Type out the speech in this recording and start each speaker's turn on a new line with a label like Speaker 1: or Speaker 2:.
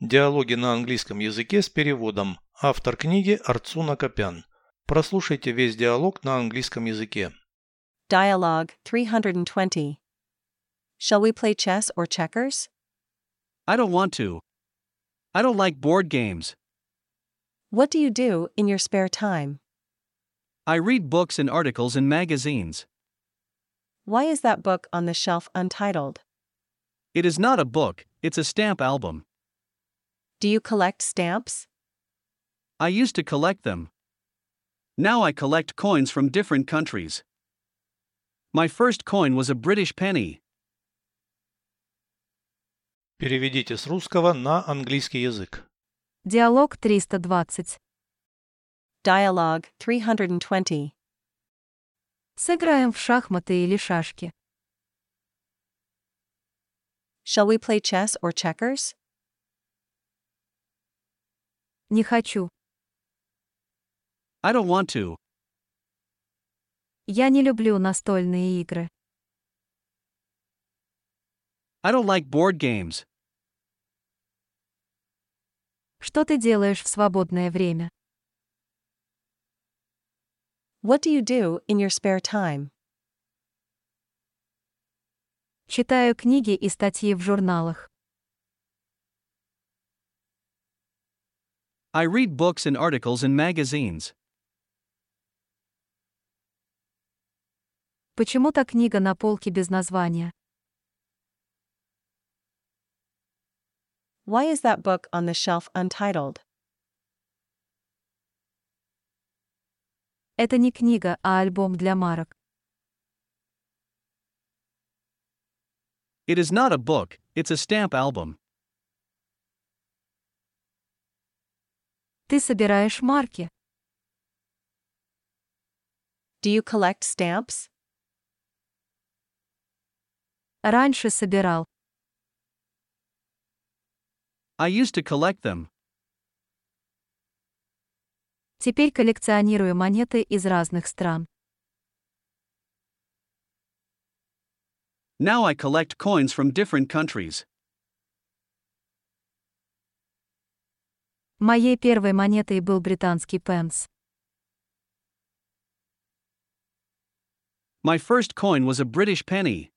Speaker 1: Диалоги на английском языке с переводом. Автор книги Арцуна Копян. Прослушайте весь диалог на английском языке.
Speaker 2: Dialogue 320. Shall we play chess or checkers?
Speaker 3: I don't want to. I don't like board games.
Speaker 2: What do you do in your spare time?
Speaker 3: I read books and articles in magazines.
Speaker 2: Why is that book on the shelf untitled?
Speaker 3: It is not a book, it's a stamp album.
Speaker 2: Do you collect stamps?
Speaker 3: I used to collect them. Now I collect coins from different countries. My first coin was a British penny.
Speaker 1: Переведите с русского на английский язык.
Speaker 4: Диалог 320.
Speaker 2: Dialogue 320.
Speaker 4: Сыграем в шахматы или шашки.
Speaker 2: Shall we play chess or checkers?
Speaker 4: Не хочу.
Speaker 3: I don't want to.
Speaker 4: Я не люблю настольные игры.
Speaker 3: I don't like board games.
Speaker 4: Что ты делаешь в свободное время?
Speaker 2: What do you do in your spare time?
Speaker 4: Читаю книги и статьи в журналах.
Speaker 3: I read books and articles in magazines.
Speaker 4: Почему-то книга на полке без названия.
Speaker 2: Why is that book on the shelf untitled?
Speaker 4: Это не книга, а альбом для марок.
Speaker 3: It is not a book, it's a stamp album.
Speaker 4: Ты собираешь марки.
Speaker 2: Do you collect stamps?
Speaker 4: Раньше собирал.
Speaker 3: I used to collect them.
Speaker 4: Теперь коллекционирую монеты из разных стран.
Speaker 3: Now I collect coins from different countries.
Speaker 4: Моей первой монетой был британский пенс.
Speaker 3: My first coin was a British penny.